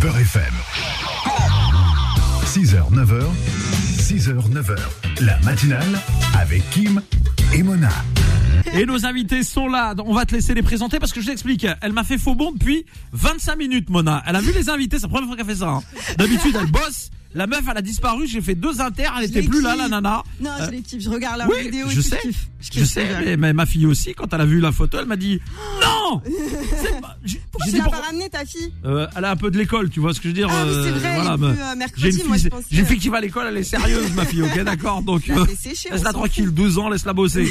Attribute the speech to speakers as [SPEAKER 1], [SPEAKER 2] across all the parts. [SPEAKER 1] Beurre FM. 6h, 9h, 6h, 9h. La matinale avec Kim et Mona.
[SPEAKER 2] Et nos invités sont là. On va te laisser les présenter parce que je t'explique. Elle m'a fait faux bond depuis 25 minutes, Mona. Elle a vu les invités, c'est la première fois qu'elle fait ça. hein. D'habitude, elle bosse. La meuf, elle a disparu. J'ai fait deux inters. Elle était
[SPEAKER 3] les
[SPEAKER 2] plus là,
[SPEAKER 3] kiffe.
[SPEAKER 2] la nana. Euh,
[SPEAKER 3] Non, je les kiffe, je regarde leurs
[SPEAKER 2] Oui,
[SPEAKER 3] vidéos et
[SPEAKER 2] je
[SPEAKER 3] tout,
[SPEAKER 2] sais.
[SPEAKER 3] je kiffe. Je
[SPEAKER 2] Je
[SPEAKER 3] kiffe,
[SPEAKER 2] sais,
[SPEAKER 3] je kiffe.
[SPEAKER 2] mais, mais ma fille aussi, quand elle a vu la photo, elle m'a dit Non C'est pas- j'ai-
[SPEAKER 3] Pourquoi
[SPEAKER 2] j'ai
[SPEAKER 3] tu
[SPEAKER 2] dit
[SPEAKER 3] l'as pas
[SPEAKER 2] pourquoi-
[SPEAKER 3] ramené ta fille
[SPEAKER 2] Euh, Elle a un peu de l'école, tu vois ce que je veux dire
[SPEAKER 3] Ah oui, c'est
[SPEAKER 2] euh,
[SPEAKER 3] vrai, elle est
[SPEAKER 2] mais-
[SPEAKER 3] plus, euh, mercredi,
[SPEAKER 2] J'ai une fille,
[SPEAKER 3] moi, je pensais-
[SPEAKER 2] j'ai une fille qui va à l'école, elle est sérieuse, ma fille, ok, d'accord Donc,
[SPEAKER 3] Je la
[SPEAKER 2] euh,
[SPEAKER 3] fais sécher, on
[SPEAKER 2] laisse-la
[SPEAKER 3] s'en
[SPEAKER 2] tranquille, 12 ans, laisse-la bosser.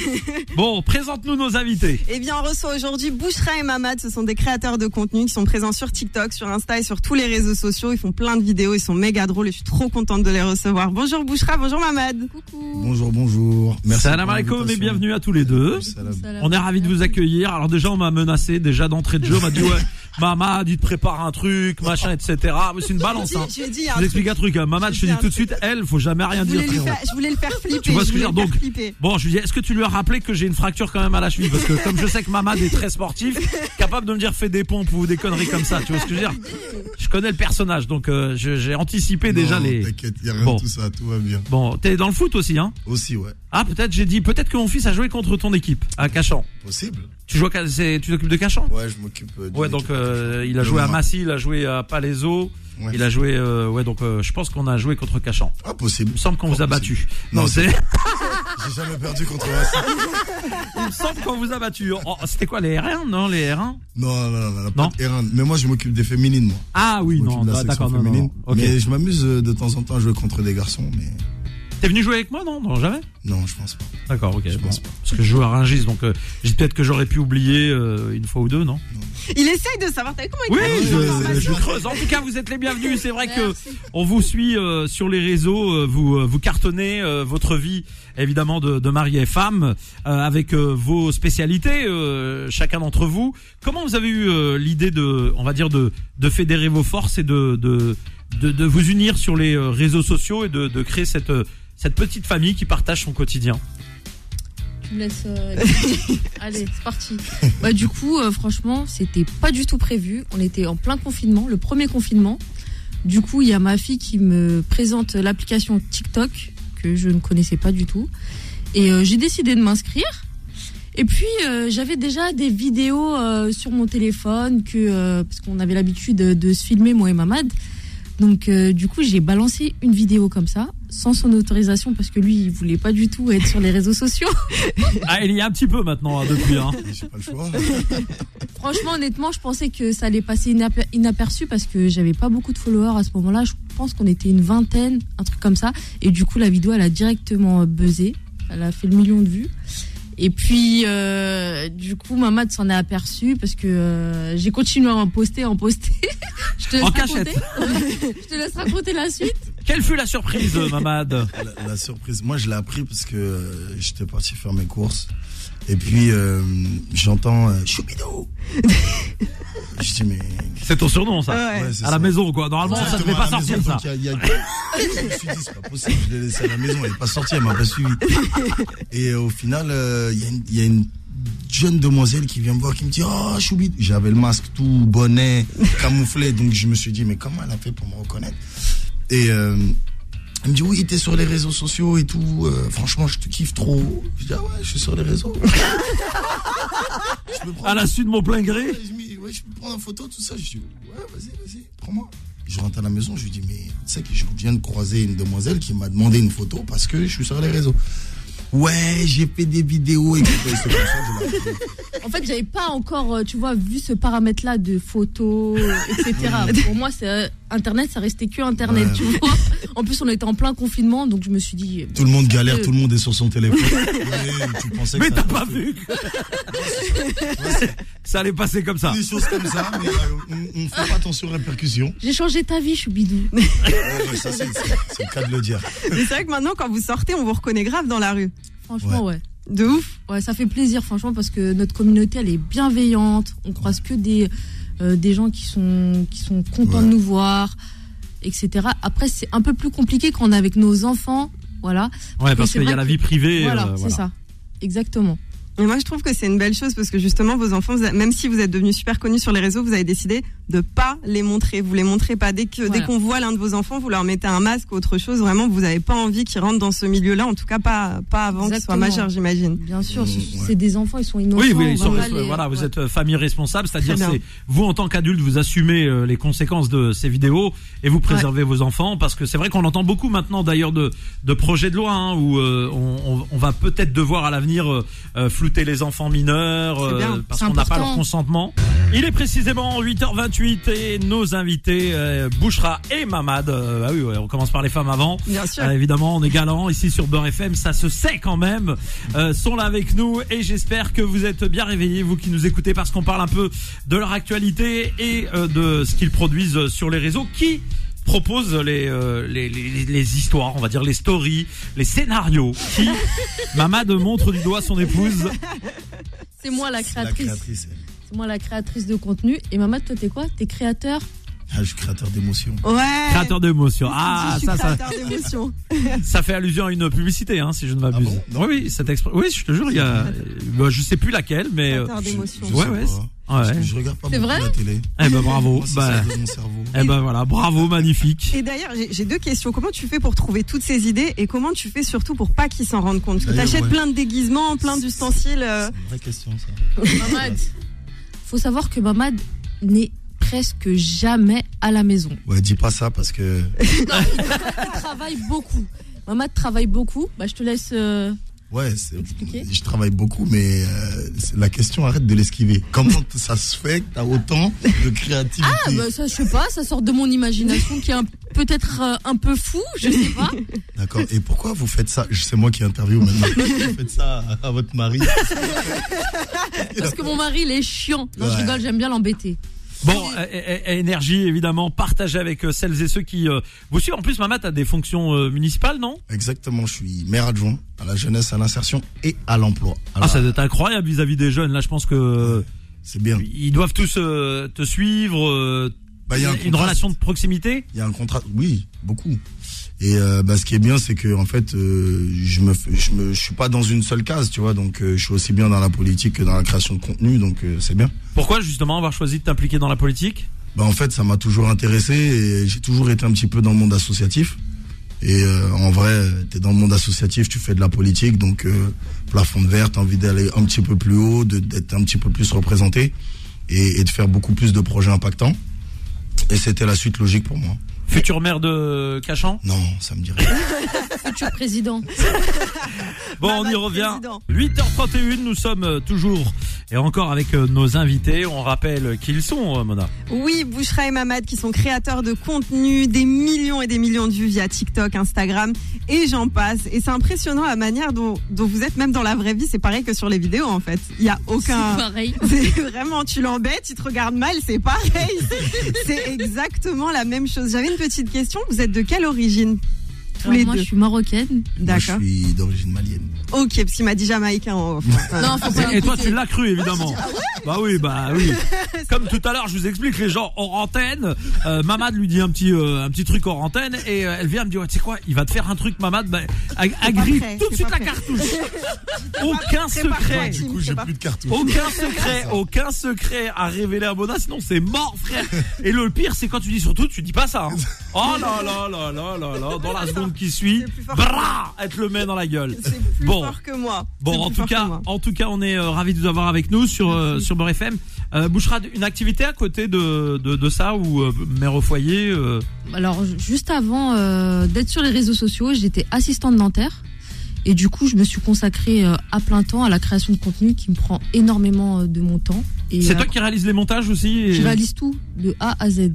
[SPEAKER 2] bon, présente-nous nos invités.
[SPEAKER 3] Eh bien, on reçoit aujourd'hui Bouchra et Mamad. Ce sont des créateurs de contenu qui sont présents sur TikTok, sur Insta et sur tous les réseaux sociaux. Ils font plein de vidéos, ils sont méga drôles et je suis trop contente de les recevoir. Bonjour Bouchra, bonjour Mamad.
[SPEAKER 4] Bonjour, bonjour. Merci.
[SPEAKER 2] Salam
[SPEAKER 4] pour
[SPEAKER 2] alaikum et
[SPEAKER 4] l'invitation.
[SPEAKER 2] bienvenue à tous les deux.
[SPEAKER 4] Salam.
[SPEAKER 2] On est ravis de vous accueillir. Alors déjà, on m'a menacé déjà d'entrée de jeu. On m'a dit ouais, Mamad, il te prépare un truc, machin, etc. Mais C'est une balance. Hein.
[SPEAKER 3] Je lui ai dit, il y
[SPEAKER 2] Je
[SPEAKER 3] a un
[SPEAKER 2] vous
[SPEAKER 3] truc.
[SPEAKER 2] explique un truc. Hein. Mamad, je te dis tout de suite, elle, faut jamais rien
[SPEAKER 3] Je
[SPEAKER 2] dire.
[SPEAKER 3] voulais, lui
[SPEAKER 2] frérot.
[SPEAKER 3] faire, je voulais le faire flipper.
[SPEAKER 2] Tu vois ce que je veux
[SPEAKER 3] voulais
[SPEAKER 2] dire,
[SPEAKER 3] le faire
[SPEAKER 2] donc-
[SPEAKER 3] flipper.
[SPEAKER 2] Bon, je lui dis, est-ce que tu lui as rappelé que j'ai une fracture quand même à la cheville Parce que comme je sais que Mamad est très sportif, capable de me dire fais des pompes ou des conneries comme ça, tu vois ce que je veux dire Je connais le personnage, donc euh, je- j'ai anticipé déjà
[SPEAKER 4] Non,
[SPEAKER 2] les...
[SPEAKER 4] T'inquiète, y a rien
[SPEAKER 2] Bon.
[SPEAKER 4] de tout ça, tout va bien.
[SPEAKER 2] Bon, t'es dans le foot aussi, hein
[SPEAKER 4] Aussi, ouais.
[SPEAKER 2] Ah, peut-être, j'ai dit, peut-être que mon fils a joué contre ton équipe, à Cachan.
[SPEAKER 4] Possible.
[SPEAKER 2] Tu joues à Ca- c'est- tu t'occupes de Cachan
[SPEAKER 4] Ouais, je m'occupe. euh, d'une
[SPEAKER 2] Ouais, donc
[SPEAKER 4] équipe.
[SPEAKER 2] euh, il a
[SPEAKER 4] Le
[SPEAKER 2] joué à
[SPEAKER 4] Maroc.
[SPEAKER 2] Massy, il a joué à Palaiso,
[SPEAKER 4] Ouais.
[SPEAKER 2] il a joué... euh, ouais, donc euh, je pense qu'on a joué contre Cachan.
[SPEAKER 4] Ah, possible.
[SPEAKER 2] Il me semble qu'on vous a battu.
[SPEAKER 4] Non,
[SPEAKER 2] c'est...
[SPEAKER 4] J'ai jamais perdu contre Racing.
[SPEAKER 2] Il me semble qu'on vous a battu. Oh, c'était quoi, les R1 Non, les R1
[SPEAKER 4] Non, non, non, non,
[SPEAKER 2] Non.
[SPEAKER 4] pas de Erran. Mais moi, je m'occupe des féminines, moi.
[SPEAKER 2] Ah oui,
[SPEAKER 4] Je m'occupe
[SPEAKER 2] non,
[SPEAKER 4] de la
[SPEAKER 2] bah,
[SPEAKER 4] section
[SPEAKER 2] d'accord, non, non,
[SPEAKER 4] féminine.
[SPEAKER 2] non. Ok.
[SPEAKER 4] Mais je m'amuse euh, de temps en temps à jouer contre des garçons, mais
[SPEAKER 2] T'es venu jouer avec moi, non Non, jamais
[SPEAKER 4] non, je pense pas.
[SPEAKER 2] D'accord, ok.
[SPEAKER 4] Je
[SPEAKER 2] bon.
[SPEAKER 4] pense pas.
[SPEAKER 2] Parce que je joue à Ringis, donc euh, j'ai- peut-être que j'aurais pu oublier euh, une fois ou deux, non
[SPEAKER 3] Il essaye de savoir. T'as vu comment
[SPEAKER 2] Oui,
[SPEAKER 3] il travaille
[SPEAKER 4] je-
[SPEAKER 3] l'information
[SPEAKER 2] je, je creuse. En tout cas, vous êtes les bienvenus. C'est vrai que
[SPEAKER 3] Merci.
[SPEAKER 2] on vous suit euh, sur les réseaux. euh, vous euh, vous cartonnez euh, votre vie, évidemment, de, de mari et femme, euh, avec euh, vos spécialités, euh, chacun d'entre vous. Comment vous avez eu euh, l'idée de, on va dire, de, de fédérer vos forces et de, de, de, de vous unir sur les euh, réseaux sociaux et de, de créer cette, euh, cette petite famille qui partage son quotidien
[SPEAKER 5] Tu me laisses. euh, Allez, c'est parti. Bah, du coup, euh, franchement, c'était pas du tout prévu. On était en plein confinement, le premier confinement. Du coup, il y a ma fille qui me présente l'application TikTok que je ne connaissais pas du tout. Et euh, j'ai décidé de m'inscrire. Et puis, euh, j'avais déjà des vidéos euh, sur mon téléphone que, euh, parce qu'on avait l'habitude de, de se filmer, moi et Mamad. Donc, euh, du coup, j'ai balancé une vidéo comme ça, sans son autorisation, parce que lui, il voulait pas du tout être sur les réseaux sociaux.
[SPEAKER 2] Ah, il y a un petit peu maintenant hein, depuis. Hein.
[SPEAKER 4] Mais J'ai pas le choix.
[SPEAKER 5] Franchement, honnêtement, je pensais que ça allait passer inaper- inaperçu parce que j'avais pas beaucoup de followers à ce moment-là. Je pense qu'on était une vingtaine, un truc comme ça. Et du coup, la vidéo, elle a directement euh, buzzé. Elle a fait le million de vues. Et puis, euh, du coup, Mamad s'en est aperçu parce que euh, j'ai continué à en poster, en poster. je te laisse
[SPEAKER 2] En
[SPEAKER 5] raconter.
[SPEAKER 2] cachette.
[SPEAKER 5] je te laisse raconter la suite.
[SPEAKER 2] Quelle fut la surprise, euh, Mamad
[SPEAKER 4] La, la surprise, moi, je l'ai appris parce que euh, j'étais parti faire mes courses. Et puis, euh, j'entends euh, Choubido. je dis, mais.
[SPEAKER 2] C'est ton surnom, ça.
[SPEAKER 3] Ouais.
[SPEAKER 4] Ouais, c'est
[SPEAKER 2] à
[SPEAKER 4] ça.
[SPEAKER 2] la maison, quoi. Normalement, ça ne
[SPEAKER 4] Exactement,
[SPEAKER 2] devait pas
[SPEAKER 4] à la
[SPEAKER 2] sortir,
[SPEAKER 4] maison,
[SPEAKER 2] ça.
[SPEAKER 4] donc il y a- il y a- Je me suis dit, c'est pas possible, je l'ai laissé à la maison, elle est pas sortie, elle m'a pas suivi. Et euh, au final, euh, il y a une- il y, a une jeune demoiselle qui vient me voir, qui me dit, oh, Choubi. J'avais le masque tout, bonnet, camouflé, donc je me suis dit, mais comment elle a fait pour me reconnaître Et euh, elle me dit, oui, t'es sur les réseaux sociaux et tout, euh, franchement, je te kiffe trop. Je dis, ah ouais, je suis sur les réseaux. Je me prends
[SPEAKER 2] À Ah, la suite de mon plein
[SPEAKER 4] Ouais,
[SPEAKER 2] gré.
[SPEAKER 4] je me dis, ouais, je peux prendre en photo, tout ça. Je dis, ouais, vas-y, vas-y, prends-moi. Je rentre à la maison, je lui dis, mais tu sais que je viens de croiser une demoiselle qui m'a demandé une photo parce que je suis sur les réseaux. Ouais, j'ai fait des vidéos et tout. Ouais, c'est comme ça que je l'ai appris.
[SPEAKER 5] En fait, j'avais pas encore, euh, tu vois, vu ce paramètre-là de photos, euh, etc. Pour moi, c'est euh, Internet, ça restait que Internet,
[SPEAKER 4] Ouais.
[SPEAKER 5] tu vois. En plus, on était en plein confinement, donc je me suis dit,
[SPEAKER 4] Tout le monde galère, tout le monde est sur son téléphone. Ouais, tu pensais que
[SPEAKER 2] Mais
[SPEAKER 4] ça-
[SPEAKER 2] t'as pas vu que ça allait passer comme ça.
[SPEAKER 4] Des choses comme ça, mais euh, on, on fait pas attention aux répercussions.
[SPEAKER 5] j'ai changé ta vie, Choubidou.
[SPEAKER 4] Ouais, ouais, ça, c'est c'est- c'est le cas de le dire.
[SPEAKER 3] Mais c'est vrai que maintenant, quand vous sortez, on vous reconnaît grave dans la rue.
[SPEAKER 5] Franchement, ouais. ouais.
[SPEAKER 3] De ouf.
[SPEAKER 5] ça fait plaisir, franchement, parce que notre communauté, elle est bienveillante. On croise que des, euh, des gens qui sont, qui sont contents
[SPEAKER 4] Ouais.
[SPEAKER 5] de nous voir, etc. Après, c'est un peu plus compliqué quand on est avec nos enfants. Voilà.
[SPEAKER 2] Ouais, parce
[SPEAKER 5] parce c'est
[SPEAKER 2] qu'il
[SPEAKER 5] qu'il y
[SPEAKER 2] y
[SPEAKER 5] vrai
[SPEAKER 2] a
[SPEAKER 5] a
[SPEAKER 2] la
[SPEAKER 5] la que-
[SPEAKER 2] vie
[SPEAKER 5] vie
[SPEAKER 2] privée. euh,
[SPEAKER 5] voilà, c'est ça. Exactement.
[SPEAKER 3] Et moi, je trouve que c'est une belle chose parce que justement, vos enfants, vous a- même si vous êtes devenus super connus sur les réseaux, vous avez décidé de pas les montrer. Vous les montrez pas. Dès que, dès
[SPEAKER 5] Voilà.
[SPEAKER 3] qu'on voit l'un de vos enfants, vous leur mettez un masque ou autre chose. Vraiment, vous n'avez pas envie qu'ils rentrent dans ce milieu-là. En tout cas, pas, pas avant qu'ils soient
[SPEAKER 5] Exactement.
[SPEAKER 3] majeurs, j'imagine.
[SPEAKER 5] Bien sûr, c'est
[SPEAKER 4] Ouais.
[SPEAKER 5] c'est des enfants, ils sont innocents.
[SPEAKER 2] Oui, oui,
[SPEAKER 5] on
[SPEAKER 2] ils
[SPEAKER 5] va
[SPEAKER 2] sont
[SPEAKER 5] pas
[SPEAKER 2] resp-
[SPEAKER 5] les-
[SPEAKER 2] voilà, vous
[SPEAKER 5] ouais.
[SPEAKER 2] êtes euh, famille responsable, c'est-à-dire
[SPEAKER 3] Très bien.
[SPEAKER 2] c'est vous en tant qu'adulte, vous assumez euh, les conséquences de ces vidéos et vous préservez vos enfants parce que c'est vrai qu'on entend beaucoup maintenant d'ailleurs de de projets de loi hein, où euh, on, on- on va peut-être devoir à l'avenir euh, euh, flouter les enfants mineurs euh,
[SPEAKER 3] C'est bien,
[SPEAKER 2] parce
[SPEAKER 5] c'est
[SPEAKER 2] qu'on n'a pas
[SPEAKER 5] important.
[SPEAKER 2] leur consentement. Il est précisément 8h28 et nos invités euh, Bouchra et Mamad. euh, bah oui, ouais, on commence par les femmes avant.
[SPEAKER 3] Bien sûr.
[SPEAKER 2] Euh, évidemment, on est galant ici sur Beurre FM, ça se sait quand même. Euh, sont là avec nous et j'espère que vous êtes bien réveillés, vous qui nous écoutez, parce qu'on parle un peu de leur actualité et euh, de ce qu'ils produisent sur les réseaux. Qui propose les, euh, les, les, les histoires, on va dire les stories, les scénarios qui Mamad montre du doigt son épouse.
[SPEAKER 5] C'est moi la
[SPEAKER 4] La
[SPEAKER 5] créatrice.
[SPEAKER 4] créatrice. elle.
[SPEAKER 5] C'est moi la créatrice de contenu. Et Mamad, toi, t'es quoi T'es créateur
[SPEAKER 4] Ah, je suis créateur d'émotions.
[SPEAKER 3] Ouais.
[SPEAKER 2] Créateur d'émotion. Ah,
[SPEAKER 3] je suis
[SPEAKER 2] ça, ça,
[SPEAKER 3] créateur d'émotions.
[SPEAKER 2] Ça fait allusion à une publicité, hein, si je ne m'abuse.
[SPEAKER 4] Ah bon
[SPEAKER 2] oui, oui, cette exp- Oui, je te jure, il y a. bah, je sais plus laquelle, mais. euh,
[SPEAKER 3] Créateur d'émotions.
[SPEAKER 4] Je
[SPEAKER 2] Ouais,
[SPEAKER 4] sais
[SPEAKER 2] ouais.
[SPEAKER 4] pas.
[SPEAKER 2] c'est-
[SPEAKER 4] Parce
[SPEAKER 2] ouais.
[SPEAKER 4] que Je regarde pas
[SPEAKER 5] C'est
[SPEAKER 4] beaucoup
[SPEAKER 5] vrai
[SPEAKER 4] la télé.
[SPEAKER 2] Eh ben bravo.
[SPEAKER 4] Moi, c'est
[SPEAKER 2] Bah,
[SPEAKER 4] ça de mon cerveau.
[SPEAKER 2] eh ben voilà, bravo, magnifique.
[SPEAKER 3] Et d'ailleurs, j'ai j'ai deux questions. Comment tu fais pour trouver toutes ces idées et comment tu fais surtout pour pas qu'ils s'en rendent compte Parce que
[SPEAKER 4] D'ailleurs,
[SPEAKER 3] t'achètes
[SPEAKER 4] ouais.
[SPEAKER 3] plein de déguisements, plein d'ustensiles. euh,
[SPEAKER 4] C'est une vraie question, ça.
[SPEAKER 5] Mamad. Faut savoir que Mamad n'est presque jamais à la maison.
[SPEAKER 4] Ouais, dis pas ça parce que.
[SPEAKER 5] Il travaille beaucoup. Mamad travaille beaucoup. Bah, je te laisse. euh,
[SPEAKER 4] Ouais, c'est-
[SPEAKER 5] Expliquez.
[SPEAKER 4] je travaille beaucoup, mais euh, c'est- la question, arrête de l'esquiver. Comment t- ça se fait que t'as autant de créativité
[SPEAKER 5] Ah, bah, ça, je sais pas, ça sort de mon imagination qui est un- peut-être euh, un peu fou, je sais pas.
[SPEAKER 4] D'accord. Et pourquoi vous faites ça Je- C'est moi qui interview maintenant. vous faites ça à, à votre mari.
[SPEAKER 5] Parce que mon mari, il est chiant. Non, je
[SPEAKER 4] Ouais.
[SPEAKER 5] rigole, j'aime bien l'embêter.
[SPEAKER 2] Bon, euh, euh, euh, énergie, évidemment, partagée avec euh, celles et ceux qui euh, vous suivent. En plus, Mamat a des fonctions euh, municipales, non
[SPEAKER 4] Exactement, je suis maire adjoint à la jeunesse, à l'insertion et à l'emploi.
[SPEAKER 2] Ah,
[SPEAKER 4] Alors,
[SPEAKER 2] ça doit être incroyable vis-à-vis des jeunes. Là, je pense que euh,
[SPEAKER 4] c'est bien.
[SPEAKER 2] ils doivent tous euh, te suivre. euh,
[SPEAKER 4] Bah, il y a un
[SPEAKER 2] une
[SPEAKER 4] contraste.
[SPEAKER 2] relation de proximité.
[SPEAKER 4] Il y a un contrat, oui, beaucoup. Et euh, bah, ce qui est bien, c'est que en fait, euh, je me, fais- je me, je suis pas dans une seule case, tu vois. Donc, euh, je suis aussi bien dans la politique que dans la création de contenu, donc euh, c'est bien.
[SPEAKER 2] Pourquoi justement avoir choisi de t'impliquer dans la politique
[SPEAKER 4] Bah, en fait, ça m'a toujours intéressé et j'ai toujours été un petit peu dans le monde associatif. Et euh, en vrai, euh, t'es dans le monde associatif, tu fais de la politique, donc euh, plafond de verre, t'as envie d'aller un petit peu plus haut, de- d'être un petit peu plus représenté et, et de faire beaucoup plus de projets impactants. Et c'était la suite logique pour moi.
[SPEAKER 2] Futur maire de Cachan
[SPEAKER 4] Non, ça me dirait.
[SPEAKER 5] Futur président.
[SPEAKER 2] Bon,
[SPEAKER 3] Maman
[SPEAKER 2] on y
[SPEAKER 3] du
[SPEAKER 2] revient.
[SPEAKER 3] président.
[SPEAKER 2] 8h31, nous sommes euh, toujours et encore avec euh, nos invités. On rappelle qui ils sont, euh, Mona.
[SPEAKER 3] Oui, Bouchra et Mamad qui sont créateurs de contenu, des millions et des millions de vues via TikTok, Instagram et j'en passe. Et c'est impressionnant la manière dont, dont vous êtes, même dans la vraie vie, c'est pareil que sur les vidéos en fait. Il y a
[SPEAKER 5] C'est
[SPEAKER 3] aucun...
[SPEAKER 5] pareil.
[SPEAKER 3] C'est vraiment, tu l'embêtes, il te regarde mal, c'est pareil. c'est exactement la même chose. J'avais une petite question, vous êtes de quelle origine Tous
[SPEAKER 5] Alors,
[SPEAKER 3] les
[SPEAKER 5] moi,
[SPEAKER 3] deux.
[SPEAKER 5] je suis marocaine.
[SPEAKER 4] Moi, je
[SPEAKER 3] D'accord.
[SPEAKER 4] suis d'origine malienne.
[SPEAKER 3] Ok, parce qu'il m'a dit jamaïcain en off.
[SPEAKER 5] Non, faut pas
[SPEAKER 2] Ah. Et toi,
[SPEAKER 5] l'imposer.
[SPEAKER 2] tu l'as cru, évidemment.
[SPEAKER 3] Ah,
[SPEAKER 2] Bah oui, bah oui. Comme tout à l'heure, je vous explique, les gens hors antenne, euh, Mamad lui dit un petit, euh, un petit truc hors antenne, et euh, elle vient elle me dire, Ouais, tu sais quoi, il va te faire un truc, Mamad, bah, ag- agrippe
[SPEAKER 3] prêt,
[SPEAKER 2] tout de
[SPEAKER 3] c'est
[SPEAKER 2] suite
[SPEAKER 3] pas
[SPEAKER 2] la
[SPEAKER 3] prêt.
[SPEAKER 2] cartouche. Aucun
[SPEAKER 3] C'est pas
[SPEAKER 2] secret.
[SPEAKER 3] prêt.
[SPEAKER 4] Du
[SPEAKER 3] Je
[SPEAKER 4] coup,
[SPEAKER 3] sais
[SPEAKER 4] j'ai
[SPEAKER 3] pas.
[SPEAKER 4] plus de cartouches.
[SPEAKER 2] Aucun secret, aucun secret à révéler à Mona, sinon c'est mort, frère. Et le pire, c'est quand tu dis surtout, tu dis pas ça. hein. Oh là là là là là là, dans la seconde qui suit,
[SPEAKER 3] C'est plus fort.
[SPEAKER 2] brah, elle te le met dans la gueule.
[SPEAKER 3] C'est plus
[SPEAKER 2] Bon.
[SPEAKER 3] fort que moi. C'est
[SPEAKER 2] Bon, en
[SPEAKER 3] plus
[SPEAKER 2] tout
[SPEAKER 3] fort que
[SPEAKER 2] cas,
[SPEAKER 3] moi.
[SPEAKER 2] en tout cas, on est euh, ravis de vous avoir avec nous sur euh, sur Beurre FM. Euh, Bouchra, une activité à côté de de, de ça ou euh, mère au foyer. euh,
[SPEAKER 5] Alors, ju- juste avant euh, d'être sur les réseaux sociaux, j'étais assistante dentaire. Et du coup, je me suis consacrée euh, à plein temps à la création de contenu qui me prend énormément euh, de mon temps. Et,
[SPEAKER 2] C'est
[SPEAKER 5] euh,
[SPEAKER 2] toi qui réalises les montages aussi. et-
[SPEAKER 5] Je réalise tout, de A à Z.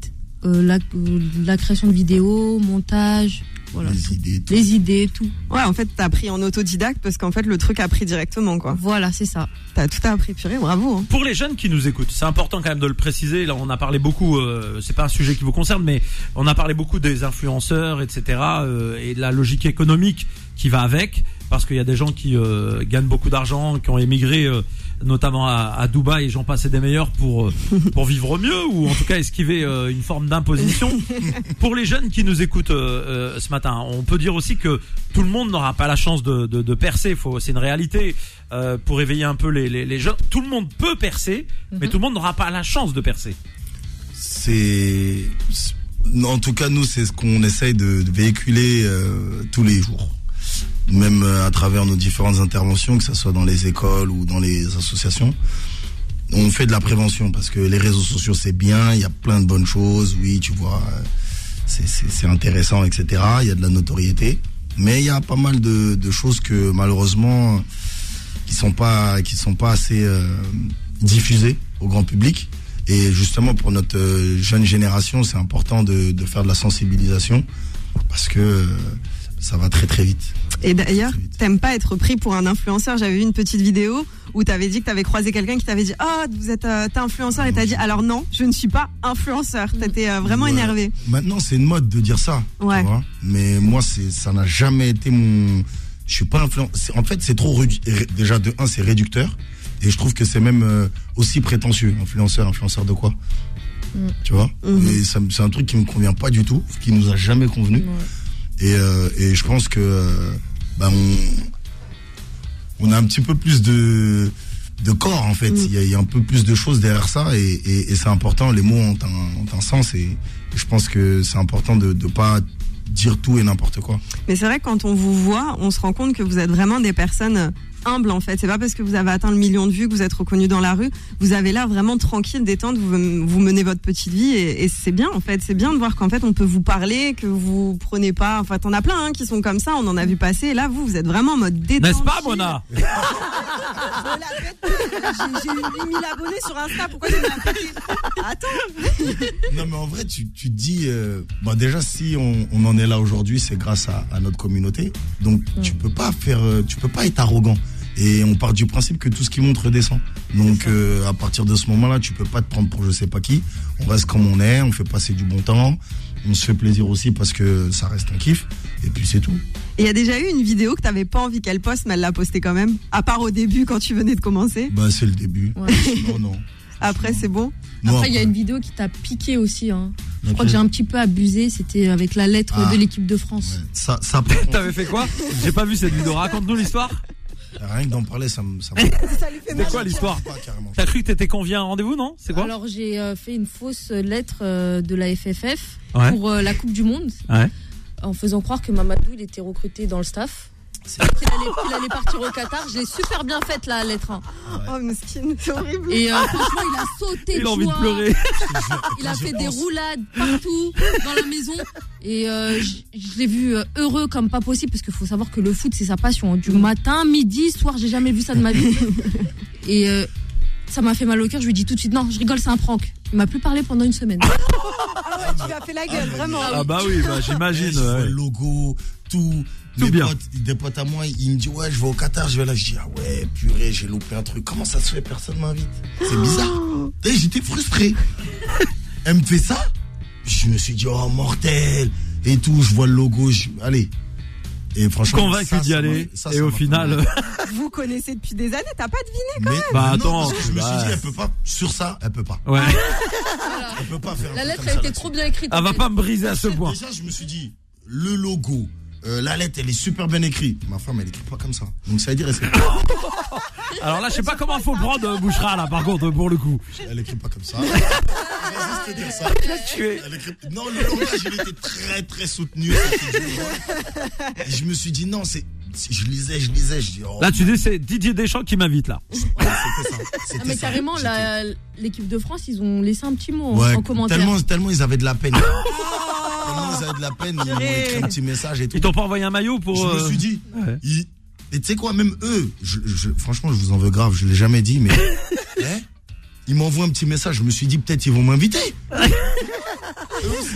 [SPEAKER 5] Euh, la, euh, la création de vidéos, montage, voilà.
[SPEAKER 4] Les
[SPEAKER 5] tout.
[SPEAKER 4] idées, tout.
[SPEAKER 5] Les idées, tout.
[SPEAKER 3] Ouais, en fait, t'as appris en autodidacte parce qu'en fait, le truc a pris directement, quoi.
[SPEAKER 5] Voilà, c'est ça.
[SPEAKER 3] T'as tout appris, purée, bravo. hein.
[SPEAKER 2] Pour les jeunes qui nous écoutent, c'est important quand même de le préciser. Là, on a parlé beaucoup. euh, c'est pas un sujet qui vous concerne, mais on a parlé beaucoup des influenceurs, etc. euh, et de la logique économique qui va avec, parce qu'il y a des gens qui euh, gagnent beaucoup d'argent, qui ont émigré, euh, notamment à, à Dubaï, et j'en passais des meilleurs pour euh, pour vivre au mieux ou en tout cas esquiver euh, une forme d'imposition. pour les jeunes qui nous écoutent euh, euh, ce matin, on peut dire aussi que tout le monde n'aura pas la chance de, de, de percer. Faut, c'est une réalité euh, pour
[SPEAKER 5] Mhm.
[SPEAKER 2] éveiller un peu les, les, les jeunes. Tout le monde peut percer, mais tout le monde n'aura pas la chance de percer.
[SPEAKER 4] c'est. c'est- En tout cas, nous, c'est ce qu'on essaye de, de véhiculer euh, tous les jours. Même euh, à travers nos différentes interventions, que ce soit dans les écoles ou dans les associations. On fait de la prévention parce que les réseaux sociaux, c'est bien, il y a plein de bonnes choses, oui, tu vois, euh, c'est- c'est c'est intéressant, etc. Il y a de la notoriété. Mais il y a pas mal de, de choses que malheureusement, qui sont pas qui sont pas assez euh, diffusés au grand public. Et justement pour notre euh, jeune génération, c'est important de, de faire de la sensibilisation parce que euh, ça va très très vite.
[SPEAKER 3] Et d'ailleurs, t'aimes pas être pris pour un influenceur. J'avais vu une petite vidéo où t'avais dit que t'avais croisé quelqu'un qui t'avait dit Oh, vous êtes euh, t'es influenceur. Et t'as dit Alors non, je ne suis pas influenceur. T'étais euh, vraiment
[SPEAKER 4] Ouais.
[SPEAKER 3] énervé.
[SPEAKER 4] Maintenant, c'est une mode de dire ça. tu
[SPEAKER 3] Ouais.
[SPEAKER 4] vois. Mais moi, c'est ça n'a jamais été mon. Je suis pas influent. c'est- En fait, c'est trop rédu- ré- déjà de un, c'est réducteur, et je trouve que c'est même euh, aussi prétentieux. Influenceur, influenceur de quoi
[SPEAKER 5] Mm.
[SPEAKER 4] Tu vois
[SPEAKER 3] Mhm.
[SPEAKER 4] Et ça me- c'est un truc qui me convient pas du tout, qui nous a jamais convenu. Et, euh, et je pense que euh, bah, on, on a un petit peu plus de, de corps en fait.
[SPEAKER 3] Mm.
[SPEAKER 4] Il y, a, il y a un peu plus de choses derrière ça et, et- et c'est important. Les mots ont un, ont un sens et je pense que c'est important de ne pas dire tout et n'importe quoi.
[SPEAKER 3] Mais c'est vrai que quand on vous voit, on se rend compte que vous êtes vraiment des personnes humbles en fait. C'est pas parce que vous avez atteint le million de vues que vous êtes reconnu dans la rue. Vous avez l'air vraiment tranquille, détente. Vous, vous menez votre petite vie et, et c'est bien en fait. C'est bien de voir qu'en fait on peut vous parler, que vous prenez pas. Enfin, t'en as plein hein, qui sont comme ça. On en a vu passer. Et là, vous, vous êtes vraiment en mode détente.
[SPEAKER 2] N'est-ce pas,
[SPEAKER 3] chill.
[SPEAKER 2] Mona
[SPEAKER 3] Ah, Je la pète pas. J'ai- J'ai eu 8000 abonnés sur Insta. Pourquoi je vais la péter Attends.
[SPEAKER 4] Non, mais en vrai, tu, tu te dis, euh, bah déjà, si on, on en est là aujourd'hui, c'est grâce à, à notre communauté. Donc,
[SPEAKER 5] Mm.
[SPEAKER 4] tu peux pas faire, euh, tu peux pas être arrogant. Et on part du principe que tout ce qui monte redescend. Donc, euh, à partir de ce moment-là, tu peux pas te prendre pour je sais pas qui. On reste comme on est, on fait passer du bon temps, on se fait plaisir aussi parce que ça reste un kiff. Et puis, c'est tout.
[SPEAKER 3] Et Il y a déjà eu une vidéo que t'avais pas envie qu'elle poste, mais elle l'a postée quand même. À part au début quand tu venais de commencer.
[SPEAKER 4] Bah, c'est le début.
[SPEAKER 5] Ouais.
[SPEAKER 4] Non, non.
[SPEAKER 3] Après, c'est bon.
[SPEAKER 4] Non,
[SPEAKER 5] Après, il y a
[SPEAKER 4] après.
[SPEAKER 5] une vidéo qui t'a piqué aussi. hein. Je
[SPEAKER 4] Ok.
[SPEAKER 5] crois que j'ai un petit peu abusé. C'était avec la lettre
[SPEAKER 4] Ah.
[SPEAKER 5] de l'équipe de France.
[SPEAKER 4] Ouais. Ça, ça, par contre,
[SPEAKER 2] T'avais fait quoi J'ai pas vu cette vidéo. Raconte-nous l'histoire.
[SPEAKER 4] rien que d'en parler, ça me, ça me-
[SPEAKER 2] C'est quoi l'histoire
[SPEAKER 4] pas carrément.
[SPEAKER 2] T'as cru que t'étais convié à un rendez-vous, non C'est quoi
[SPEAKER 5] Alors j'ai euh, fait une fausse lettre euh, de la FFF
[SPEAKER 2] Ouais.
[SPEAKER 5] pour euh, la Coupe du Monde
[SPEAKER 2] Ouais.
[SPEAKER 5] en faisant croire que Mamadou il était recruté dans le staff. qu'il allait, qu'il allait partir au Qatar. J'ai super bien faite la lettre. hein.
[SPEAKER 3] Oh, mesquine, c'est horrible.
[SPEAKER 5] Et euh, franchement il a sauté
[SPEAKER 2] Il
[SPEAKER 5] de
[SPEAKER 2] a envie de
[SPEAKER 5] joie. Ah
[SPEAKER 2] pleurer.
[SPEAKER 5] Il a
[SPEAKER 4] Je
[SPEAKER 5] fait
[SPEAKER 4] pense.
[SPEAKER 5] des roulades partout dans la maison et euh, je, je l'ai vu euh, heureux comme pas possible parce qu'il faut savoir que le foot c'est sa passion hein. du
[SPEAKER 2] Mm.
[SPEAKER 5] matin, midi, soir, j'ai jamais vu ça de ma vie. Et euh, ça m'a fait mal au cœur, je lui ai dit tout de suite non, je rigole, c'est un prank. Il m'a plus parlé pendant une semaine.
[SPEAKER 3] Ah, tu lui as fait la gueule, vraiment.
[SPEAKER 2] Ah bah oui, bah
[SPEAKER 4] Ouais,
[SPEAKER 2] j'imagine.
[SPEAKER 4] je vois
[SPEAKER 2] ouais.
[SPEAKER 4] le logo, tout.
[SPEAKER 2] Tout
[SPEAKER 4] Mes
[SPEAKER 2] bien.
[SPEAKER 4] potes- des potes à moi, ils me disent ouais, je vais au Qatar, je vais là. Je dis ah ouais, purée, j'ai loupé un truc. Comment ça se fait Personne m'invite. C'est bizarre.
[SPEAKER 2] Oh.
[SPEAKER 4] Et J'étais frustré. Elle me fait ça. Je me suis dit oh mortel et tout. Je vois le logo. Je... Allez. Et franchement, ça,
[SPEAKER 2] Convaincu
[SPEAKER 4] ça
[SPEAKER 2] d'y
[SPEAKER 4] m'a-
[SPEAKER 2] aller.
[SPEAKER 4] ça,
[SPEAKER 2] Et
[SPEAKER 4] ça
[SPEAKER 2] au
[SPEAKER 4] m'a fait
[SPEAKER 2] final,
[SPEAKER 4] mal.
[SPEAKER 3] Vous connaissez depuis des années, t'as pas deviné.
[SPEAKER 4] mais,
[SPEAKER 2] Bah,
[SPEAKER 4] mais non,
[SPEAKER 2] attends,
[SPEAKER 4] parce que je me suis
[SPEAKER 2] bah.
[SPEAKER 4] dit elle peut pas sur ça, elle peut pas.
[SPEAKER 2] ouais.
[SPEAKER 4] Elle peut pas faire. un
[SPEAKER 5] La
[SPEAKER 4] truc
[SPEAKER 5] lettre
[SPEAKER 4] comme ça
[SPEAKER 5] elle était
[SPEAKER 4] là-dessus.
[SPEAKER 5] trop bien écrite.
[SPEAKER 2] Elle Ah, va pas me briser à ce point.
[SPEAKER 4] Déjà, je me suis dit, le logo, euh, la lettre, elle est super bien écrite. Ma femme, elle écrit pas comme ça. Donc ça veut dire, elle,
[SPEAKER 2] Alors là, je sais pas comment faut prendre euh, Bouchra là, par contre, pour le coup.
[SPEAKER 4] elle écrit pas comme ça. Elle va juste te dire ça.
[SPEAKER 2] Tué.
[SPEAKER 4] Elle écrit- Non, le langage, il était très, très soutenu. C'était du drôle. hein. Et je me suis dit, non, c'est. c'est- Je lisais, je lisais, je dis, oh,
[SPEAKER 2] Là, tu dis, c'est Didier Deschamps qui m'invite là.
[SPEAKER 4] c'était ça. c'était
[SPEAKER 5] Ah, mais
[SPEAKER 4] ça.
[SPEAKER 5] carrément
[SPEAKER 4] J'étais-
[SPEAKER 5] la- l'équipe de France ils ont laissé un petit mot en-
[SPEAKER 4] Ouais,
[SPEAKER 5] en commentaire. Oh
[SPEAKER 4] tellement, tellement ils avaient de la peine. tellement ils avaient de la peine, ils m'ont écrit un petit message et tout.
[SPEAKER 2] Ils t'ont pas envoyé un maillot pour.
[SPEAKER 4] je
[SPEAKER 2] euh,
[SPEAKER 4] me suis dit,
[SPEAKER 2] ouais.
[SPEAKER 4] ils- et tu sais quoi, même eux, je- je- franchement, je vous en veux grave, je l'ai jamais dit, mais hein, ils m'envoient un petit message. Je me suis dit, peut-être ils vont m'inviter.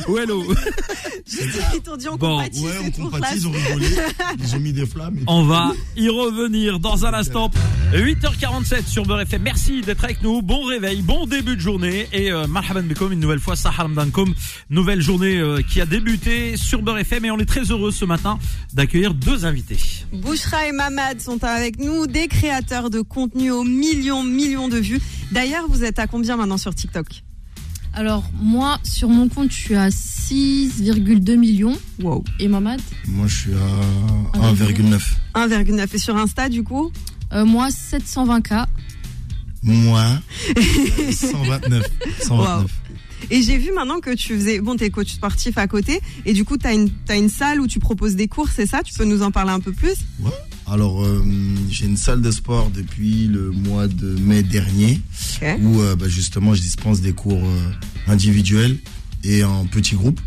[SPEAKER 2] Ou hello.
[SPEAKER 3] Ils t'ont dit on
[SPEAKER 2] Bon,
[SPEAKER 3] compatit,
[SPEAKER 4] ouais,
[SPEAKER 3] c'est
[SPEAKER 4] on
[SPEAKER 3] pour
[SPEAKER 4] compatit,
[SPEAKER 3] ça.
[SPEAKER 4] ils ont rigolé, ils ont mis des flammes. et tout.
[SPEAKER 2] On va y revenir dans un instant. 8h47 sur Beurre FM. Merci d'être avec nous. Bon réveil, bon début de journée et euh, marhaban bikum une nouvelle fois saharam dankum. Nouvelle journée euh, qui a débuté sur Beurre FM et on est très heureux ce matin d'accueillir deux invités.
[SPEAKER 3] Bouchra et Mamad sont avec nous, des créateurs de contenu aux millions, millions de vues. D'ailleurs, vous êtes à combien maintenant sur TikTok
[SPEAKER 5] Alors moi sur mon compte je suis à 6,2 millions
[SPEAKER 3] Wow.
[SPEAKER 5] et Mamad
[SPEAKER 4] Moi, je suis à 1,9.
[SPEAKER 3] 1,9 et sur Insta du coup
[SPEAKER 5] euh, moi 720K.
[SPEAKER 4] Moi, 129. 129.
[SPEAKER 3] Et j'ai vu maintenant que tu faisais, bon, t'es coach sportif à côté, et du coup, t'as une, t'as une salle où tu proposes des cours, c'est ça Tu peux nous en parler un peu plus
[SPEAKER 4] Alors, euh, j'ai une salle de sport depuis le mois de mai dernier
[SPEAKER 3] Ok.
[SPEAKER 4] où euh, bah, justement je dispense des cours euh, individuels et en petits groupes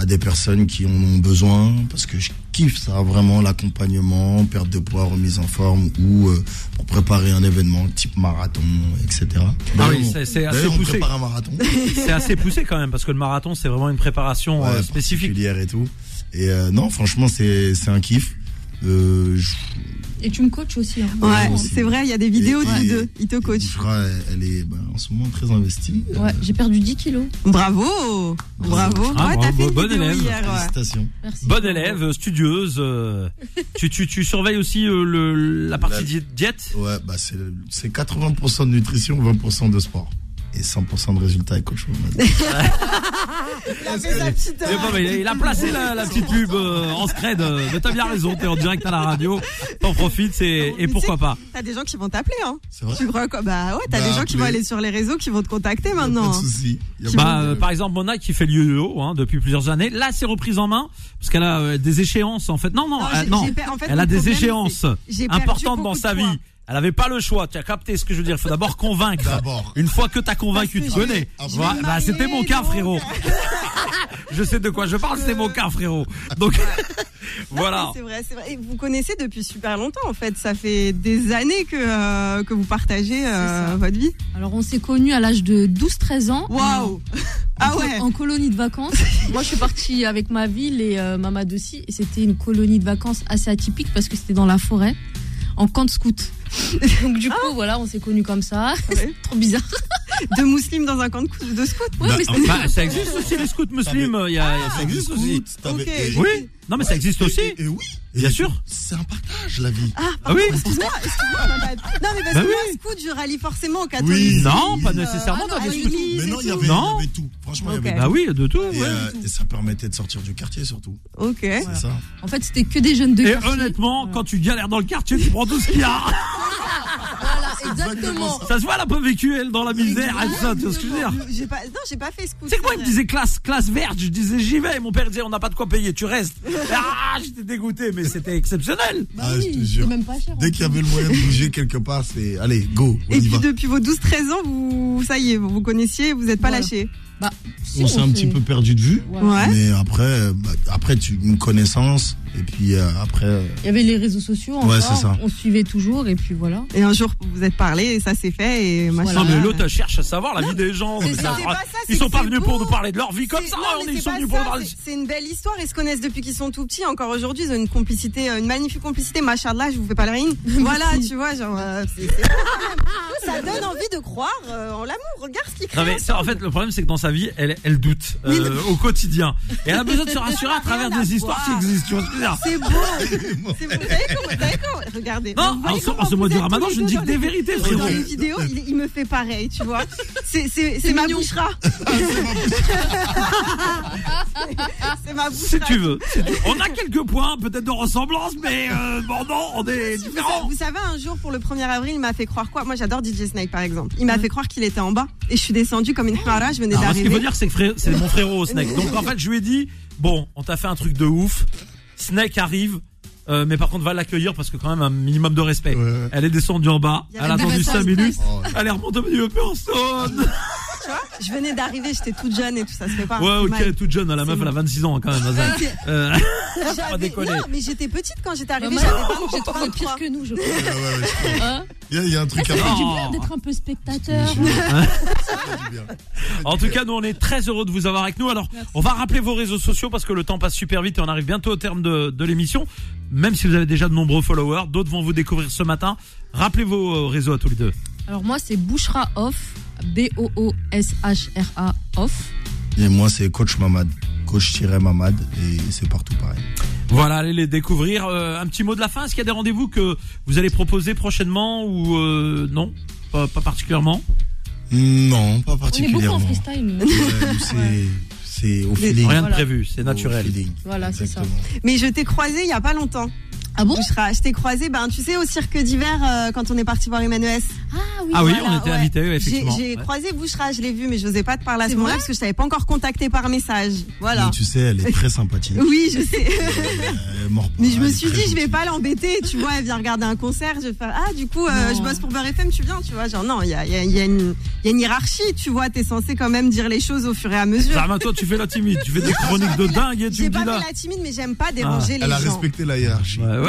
[SPEAKER 4] à des personnes qui en ont besoin parce que je kiffe ça vraiment l'accompagnement, perte de poids, remise en forme ou euh, pour préparer un événement type marathon, etc. D'ailleurs,
[SPEAKER 2] Ah oui,
[SPEAKER 4] on-
[SPEAKER 2] c'est- c'est assez
[SPEAKER 4] d'ailleurs, on
[SPEAKER 2] poussé.
[SPEAKER 4] prépare un marathon.
[SPEAKER 2] C'est assez poussé quand même parce que le marathon c'est vraiment une préparation euh,
[SPEAKER 4] Ouais,
[SPEAKER 2] spécifique.
[SPEAKER 4] particulière et tout. Et euh, non, franchement, c'est c'est un kiff. Euh, je-
[SPEAKER 5] Et tu me coaches aussi. hein.
[SPEAKER 3] Ouais,
[SPEAKER 5] Vraiment.
[SPEAKER 3] c'est vrai, il y a des vidéos de
[SPEAKER 4] Ouais.
[SPEAKER 3] vous deux, ils te coachent.
[SPEAKER 4] Bouchra, elle- elle est bah, en ce moment très investie. Euh,
[SPEAKER 5] Ouais, j'ai perdu 10 kilos.
[SPEAKER 3] Bravo Bravo
[SPEAKER 2] Ah,
[SPEAKER 3] Ouais,
[SPEAKER 2] bravo,
[SPEAKER 3] t'as fait une
[SPEAKER 2] bonne
[SPEAKER 3] vidéo
[SPEAKER 2] élève.
[SPEAKER 3] hier, ouais.
[SPEAKER 4] Félicitations.
[SPEAKER 5] Merci.
[SPEAKER 2] Bonne élève, studieuse. euh, tu, tu, tu surveilles aussi euh, le, la partie
[SPEAKER 4] La-
[SPEAKER 2] di- diète
[SPEAKER 4] Ouais, bah c'est c'est 80% de nutrition, 20% de sport. Et 100% de résultats et coach. Mohamed.
[SPEAKER 3] Il a fait sa petite-
[SPEAKER 2] Mais bon, mais il a placé la, la petite pub euh, en scred. euh, Mais t'as bien raison, t'es en direct à la radio, t'en profites c'est- et
[SPEAKER 3] Mais
[SPEAKER 2] pourquoi
[SPEAKER 3] c'est-
[SPEAKER 2] pas.
[SPEAKER 3] T'as des gens qui vont t'appeler, hein
[SPEAKER 4] C'est vrai
[SPEAKER 3] Tu crois quoi Bah ouais, t'as
[SPEAKER 4] Bah,
[SPEAKER 3] des gens qui vont
[SPEAKER 4] mais-
[SPEAKER 3] aller sur les réseaux qui vont te contacter
[SPEAKER 4] Y a
[SPEAKER 3] maintenant.
[SPEAKER 4] Pas de souci. Y a
[SPEAKER 2] Bah,
[SPEAKER 4] pas de-
[SPEAKER 2] euh, par exemple, Mona qui fait le yo-yo hein, depuis plusieurs années. Là, c'est reprise en main parce qu'elle a euh, des échéances en fait. Non, non,
[SPEAKER 3] Non,
[SPEAKER 2] euh,
[SPEAKER 3] j'ai-
[SPEAKER 2] non.
[SPEAKER 3] j'ai per- en fait,
[SPEAKER 2] elle
[SPEAKER 3] mon
[SPEAKER 2] a des
[SPEAKER 3] problème,
[SPEAKER 2] échéances
[SPEAKER 3] c'est- j'ai perdu
[SPEAKER 2] importantes dans
[SPEAKER 3] beaucoup de
[SPEAKER 2] sa
[SPEAKER 3] poids.
[SPEAKER 2] vie. Elle avait pas le choix. Tu as capté ce que je veux dire. Il faut d'abord convaincre.
[SPEAKER 4] D'abord.
[SPEAKER 2] Une fois que t'as convaincu, tu
[SPEAKER 3] Parce que je
[SPEAKER 2] connais.
[SPEAKER 3] vais-
[SPEAKER 4] Ah
[SPEAKER 3] je
[SPEAKER 2] Voilà,
[SPEAKER 3] vais me
[SPEAKER 2] bah, c'était
[SPEAKER 3] marier,
[SPEAKER 2] mon cas,
[SPEAKER 3] donc. euh,
[SPEAKER 2] frérot. je sais de quoi je parle. C'était mon cas, frérot. Donc, voilà.
[SPEAKER 3] C'est vrai, c'est vrai. Et vous connaissez depuis super longtemps, en fait. Ça fait des années que, euh, que vous partagez euh,
[SPEAKER 5] C'est ça. Mmh.
[SPEAKER 3] votre vie.
[SPEAKER 5] Alors, on s'est connus à l'âge de 12-13 ans. En-
[SPEAKER 3] Waouh Ah ouais
[SPEAKER 5] En colonie de vacances. Moi, je suis partie avec ma ville et euh, ma Madossi. Et c'était une colonie de vacances assez atypique parce que c'était dans la forêt, en camp de scout. Donc, du coup, voilà, on s'est connus comme ça.
[SPEAKER 3] Ah. Ouais.
[SPEAKER 5] Trop bizarre.
[SPEAKER 3] Deux musulmans dans un camp de, cou- de scout
[SPEAKER 5] Ouais,
[SPEAKER 4] Bah,
[SPEAKER 5] mais c'était-
[SPEAKER 2] Bah, ça existe aussi les scouts
[SPEAKER 3] Ah,
[SPEAKER 2] muslims. Il y a- ça existe aussi.
[SPEAKER 4] Écoute, t'avais-
[SPEAKER 3] Ok.
[SPEAKER 4] et-
[SPEAKER 2] Ah, Oui. Non, mais ça existe
[SPEAKER 4] et-
[SPEAKER 2] aussi.
[SPEAKER 4] Et, et oui.
[SPEAKER 2] Bien
[SPEAKER 4] Et-
[SPEAKER 2] sûr.
[SPEAKER 4] C'est un partage, la vie.
[SPEAKER 2] Ah oui.
[SPEAKER 3] Excuse-moi, excuse-moi, ma bad. Non, mais parce
[SPEAKER 2] Bah
[SPEAKER 3] que moi,
[SPEAKER 2] oui.
[SPEAKER 3] scout, je rallie forcément aux
[SPEAKER 4] Oui.
[SPEAKER 3] catholiques.
[SPEAKER 2] Non, pas
[SPEAKER 3] Euh,
[SPEAKER 2] nécessairement.
[SPEAKER 3] ah non,
[SPEAKER 2] dans
[SPEAKER 3] à
[SPEAKER 2] les scouts.
[SPEAKER 3] l'église
[SPEAKER 4] Mais
[SPEAKER 3] et
[SPEAKER 4] non, il y
[SPEAKER 3] tout.
[SPEAKER 4] avait il y
[SPEAKER 2] Non.
[SPEAKER 4] avait tout. Franchement, il
[SPEAKER 3] Ok.
[SPEAKER 4] y avait
[SPEAKER 2] Bah oui, de tout.
[SPEAKER 4] tout. Et,
[SPEAKER 2] ouais.
[SPEAKER 4] euh, et ça permettait de sortir du quartier, surtout.
[SPEAKER 3] Ok.
[SPEAKER 4] C'est ça.
[SPEAKER 5] En fait, c'était que des jeunes de
[SPEAKER 2] Et
[SPEAKER 5] quartier.
[SPEAKER 2] honnêtement, quand tu galères dans le quartier, tu prends tout ce qu'il y a.
[SPEAKER 5] Voilà, Ah exactement.
[SPEAKER 2] Ça se voit, elle a pas vécu, elle, dans la misère. et tout ça, tu vois ce que je veux dire
[SPEAKER 3] Ah, J'ai pas, non, j'ai pas fait scout.
[SPEAKER 2] C'est que moi, il me
[SPEAKER 3] vrai.
[SPEAKER 2] disait classe, classe verte. Je disais j'y vais. Mon père disait on n'a pas de quoi payer, tu restes. Ah, j'étais dégoûté, mais c'était exceptionnel.
[SPEAKER 5] Bah
[SPEAKER 4] Ah,
[SPEAKER 5] oui,
[SPEAKER 4] je te
[SPEAKER 5] c'est
[SPEAKER 4] jure.
[SPEAKER 5] même pas cher.
[SPEAKER 4] Dès qu'il y avait le moyen de bouger quelque part, c'est allez, go, on
[SPEAKER 3] Et
[SPEAKER 4] y va.
[SPEAKER 3] puis depuis vos 12-13 ans, vous, ça y est, vous vous connaissiez, vous n'êtes pas
[SPEAKER 5] Voilà.
[SPEAKER 3] lâchés.
[SPEAKER 5] Si,
[SPEAKER 4] On s'est un petit peu perdu de vue.
[SPEAKER 5] Ouais.
[SPEAKER 3] Ouais.
[SPEAKER 4] Mais après, euh, bah, après tu, une connaissance, et puis euh, après, euh,
[SPEAKER 5] Il y avait les réseaux sociaux encore.
[SPEAKER 4] Ouais, c'est ça.
[SPEAKER 5] On se suivait toujours et puis voilà.
[SPEAKER 3] Et un jour, vous vous êtes parlé et ça s'est fait et machin.
[SPEAKER 2] Non, mais l'autre elle cherche à savoir la vie des gens.
[SPEAKER 5] c'est
[SPEAKER 2] Mais ça-
[SPEAKER 3] ça, c'est pas ça, c'est
[SPEAKER 2] Ils sont
[SPEAKER 3] que
[SPEAKER 2] pas
[SPEAKER 3] c'est
[SPEAKER 2] venus
[SPEAKER 3] beau.
[SPEAKER 2] pour nous parler de leur vie comme
[SPEAKER 3] C'est-
[SPEAKER 2] ça.
[SPEAKER 3] non,
[SPEAKER 2] on
[SPEAKER 3] mais
[SPEAKER 2] est-
[SPEAKER 3] c'est
[SPEAKER 2] Ils sont
[SPEAKER 3] pas
[SPEAKER 2] venus pour nous
[SPEAKER 3] ça,
[SPEAKER 2] parler.
[SPEAKER 3] c'est- C'est une belle histoire. Ils se connaissent depuis qu'ils sont tout petits. Encore aujourd'hui, ils ont une complicité, euh, une magnifique complicité. Machallah, je vous fais pas le rime. Voilà, tu vois, genre, euh, c'est- c'est beau quand même. ça donne envie de croire euh, en l'amour. Regarde ce qu'ils
[SPEAKER 2] Non
[SPEAKER 3] créent.
[SPEAKER 2] mais ça, en fait le problème c'est que dans sa vie elle, elle doute euh, au quotidien et elle a besoin de se rassurer à travers
[SPEAKER 3] Rien à
[SPEAKER 2] des histoires qui
[SPEAKER 3] voir.
[SPEAKER 2] existent. Tu vois ce que je veux dire
[SPEAKER 3] C'est beau. C'est beau. Vous savez comment, vous savez comment- Regardez.
[SPEAKER 2] Non,
[SPEAKER 3] Vous
[SPEAKER 2] en
[SPEAKER 3] voyez
[SPEAKER 2] ce, en
[SPEAKER 3] comment
[SPEAKER 2] ce
[SPEAKER 3] vous
[SPEAKER 2] mois du
[SPEAKER 3] êtes tous
[SPEAKER 2] ramadan
[SPEAKER 3] les
[SPEAKER 2] je
[SPEAKER 3] deux
[SPEAKER 2] ne dis
[SPEAKER 3] dans
[SPEAKER 2] que
[SPEAKER 3] les-
[SPEAKER 2] des vérités
[SPEAKER 3] Dans
[SPEAKER 2] frérot.
[SPEAKER 3] les vidéos, il, il me fait pareil, tu vois. C'est- C'est c'est ma bouchera. C'est ma bouchera.
[SPEAKER 2] Si tu veux. si tu veux. On a quelques points peut-être de ressemblance, mais euh, bon, non, on est différents. Ah,
[SPEAKER 3] Vous savez, un jour pour le 1er avril, il m'a fait croire quoi Moi j'adore DJ Snake par exemple. Il m'a fait croire qu'il était en bas et je suis descendue comme une hara, je venais
[SPEAKER 2] Alors, ce Mm. Ah, qu'il faut
[SPEAKER 3] d'arriver.
[SPEAKER 2] dire, c'est que frère- c'est mon frérot Snake. Donc en fait, je lui ai dit, bon, on t'a fait un truc de ouf. Snake arrive, euh, mais par contre, va l'accueillir parce que quand même un minimum de respect.
[SPEAKER 4] Ouais, ouais.
[SPEAKER 2] Elle est descendue en bas,
[SPEAKER 3] Il y
[SPEAKER 2] elle
[SPEAKER 3] avait
[SPEAKER 2] a
[SPEAKER 3] des
[SPEAKER 2] attendu
[SPEAKER 5] restes
[SPEAKER 2] 5
[SPEAKER 5] en
[SPEAKER 2] minutes.
[SPEAKER 5] place.
[SPEAKER 4] oh,
[SPEAKER 2] Elle est remontée, elle m'a dit, personne.
[SPEAKER 3] Je venais d'arriver, j'étais toute jeune et tout ça se fait pas.
[SPEAKER 2] Ouais,
[SPEAKER 3] Ah, C'est mal.
[SPEAKER 2] ok, toute jeune, la meuf, elle a 26 ans quand même.
[SPEAKER 5] Ah,
[SPEAKER 2] Hazan. Euh,
[SPEAKER 3] J'avais-
[SPEAKER 2] pas déconner.
[SPEAKER 3] Non, mais j'étais petite quand j'étais
[SPEAKER 5] Bah,
[SPEAKER 3] arrivée,
[SPEAKER 5] moi,
[SPEAKER 3] j'avais
[SPEAKER 5] J'ai trouvé
[SPEAKER 3] 23.
[SPEAKER 5] pire que nous, je crois.
[SPEAKER 4] ouais, ouais, ouais, je crois.
[SPEAKER 5] Hein
[SPEAKER 4] Il y a- il y, a un truc à
[SPEAKER 2] Oh.
[SPEAKER 4] faire.
[SPEAKER 5] Du bien d'être un peu spectateur.
[SPEAKER 4] du bien.
[SPEAKER 2] En tout cas, nous, on est très heureux de vous avoir avec nous. Alors, on va rappeler vos réseaux sociaux parce que le temps passe super vite et on arrive bientôt au terme de, de l'émission. Même si vous avez déjà de nombreux followers, d'autres vont vous découvrir ce matin. Rappelez vos euh, réseaux à tous les deux.
[SPEAKER 5] Alors moi, c'est Bouchra Off, B-O-O-S-H-R-A Off.
[SPEAKER 4] Et moi, c'est coach Mamad. Coach-Mamad, et c'est partout pareil.
[SPEAKER 2] Voilà, allez les découvrir. Euh, un petit mot de la fin. Est-ce qu'il y a des rendez-vous que vous allez proposer prochainement ou euh, non pas, pas particulièrement.
[SPEAKER 4] Non, pas
[SPEAKER 5] On est beaucoup en
[SPEAKER 4] particulièrement.
[SPEAKER 5] freestyle. mais-
[SPEAKER 4] Ouais, nous, c'est- C'est au
[SPEAKER 3] Mais-
[SPEAKER 4] feeling.
[SPEAKER 2] Rien
[SPEAKER 5] Voilà.
[SPEAKER 2] de prévu, c'est
[SPEAKER 4] Au
[SPEAKER 2] naturel.
[SPEAKER 4] feeling.
[SPEAKER 5] Voilà, c'est ça.
[SPEAKER 4] Exactement.
[SPEAKER 3] Mais je t'ai croisée il y a pas longtemps.
[SPEAKER 5] Ah bon
[SPEAKER 3] Bouchra, je t'ai croisé, ben, tu sais, au cirque d'hiver, euh, quand on est parti voir Emmanuel.
[SPEAKER 5] Ah oui.
[SPEAKER 2] Ah oui,
[SPEAKER 3] voilà,
[SPEAKER 2] on était
[SPEAKER 3] ouais.
[SPEAKER 2] invités,
[SPEAKER 3] J'ai
[SPEAKER 2] effectivement.
[SPEAKER 3] j'ai
[SPEAKER 2] Ouais.
[SPEAKER 3] croisé Bouchra, je l'ai vu, mais je n'osais pas te parler à ce
[SPEAKER 5] C'est
[SPEAKER 3] moment-là
[SPEAKER 5] vrai
[SPEAKER 3] parce que je t'avais pas encore contacté par message. Voilà.
[SPEAKER 4] Mais tu sais, elle est très sympathique.
[SPEAKER 3] Oui, je sais.
[SPEAKER 4] Euh, mort
[SPEAKER 3] Mais je
[SPEAKER 4] pas,
[SPEAKER 3] me
[SPEAKER 4] elle est
[SPEAKER 3] suis
[SPEAKER 4] très
[SPEAKER 3] dit, je vais
[SPEAKER 4] gentille.
[SPEAKER 3] pas l'embêter, tu vois, elle vient regarder un concert, je vais faire, ah, du coup, euh,
[SPEAKER 5] Non.
[SPEAKER 3] je bosse pour Beurre FM, tu viens, tu vois, genre, non, il y a, il y a- il y a une il y a une hiérarchie, tu vois, t'es censé quand même dire les choses au fur et à mesure.
[SPEAKER 2] Zarma, toi, tu fais la timide, tu fais des chroniques de dingue et tu
[SPEAKER 3] J'ai
[SPEAKER 2] me dis
[SPEAKER 3] pas
[SPEAKER 2] là.
[SPEAKER 3] fait la timide, mais j'aime pas déranger
[SPEAKER 4] Elle a
[SPEAKER 3] les gens.
[SPEAKER 4] respecté la hiérarchie.
[SPEAKER 2] Ouais, ouais.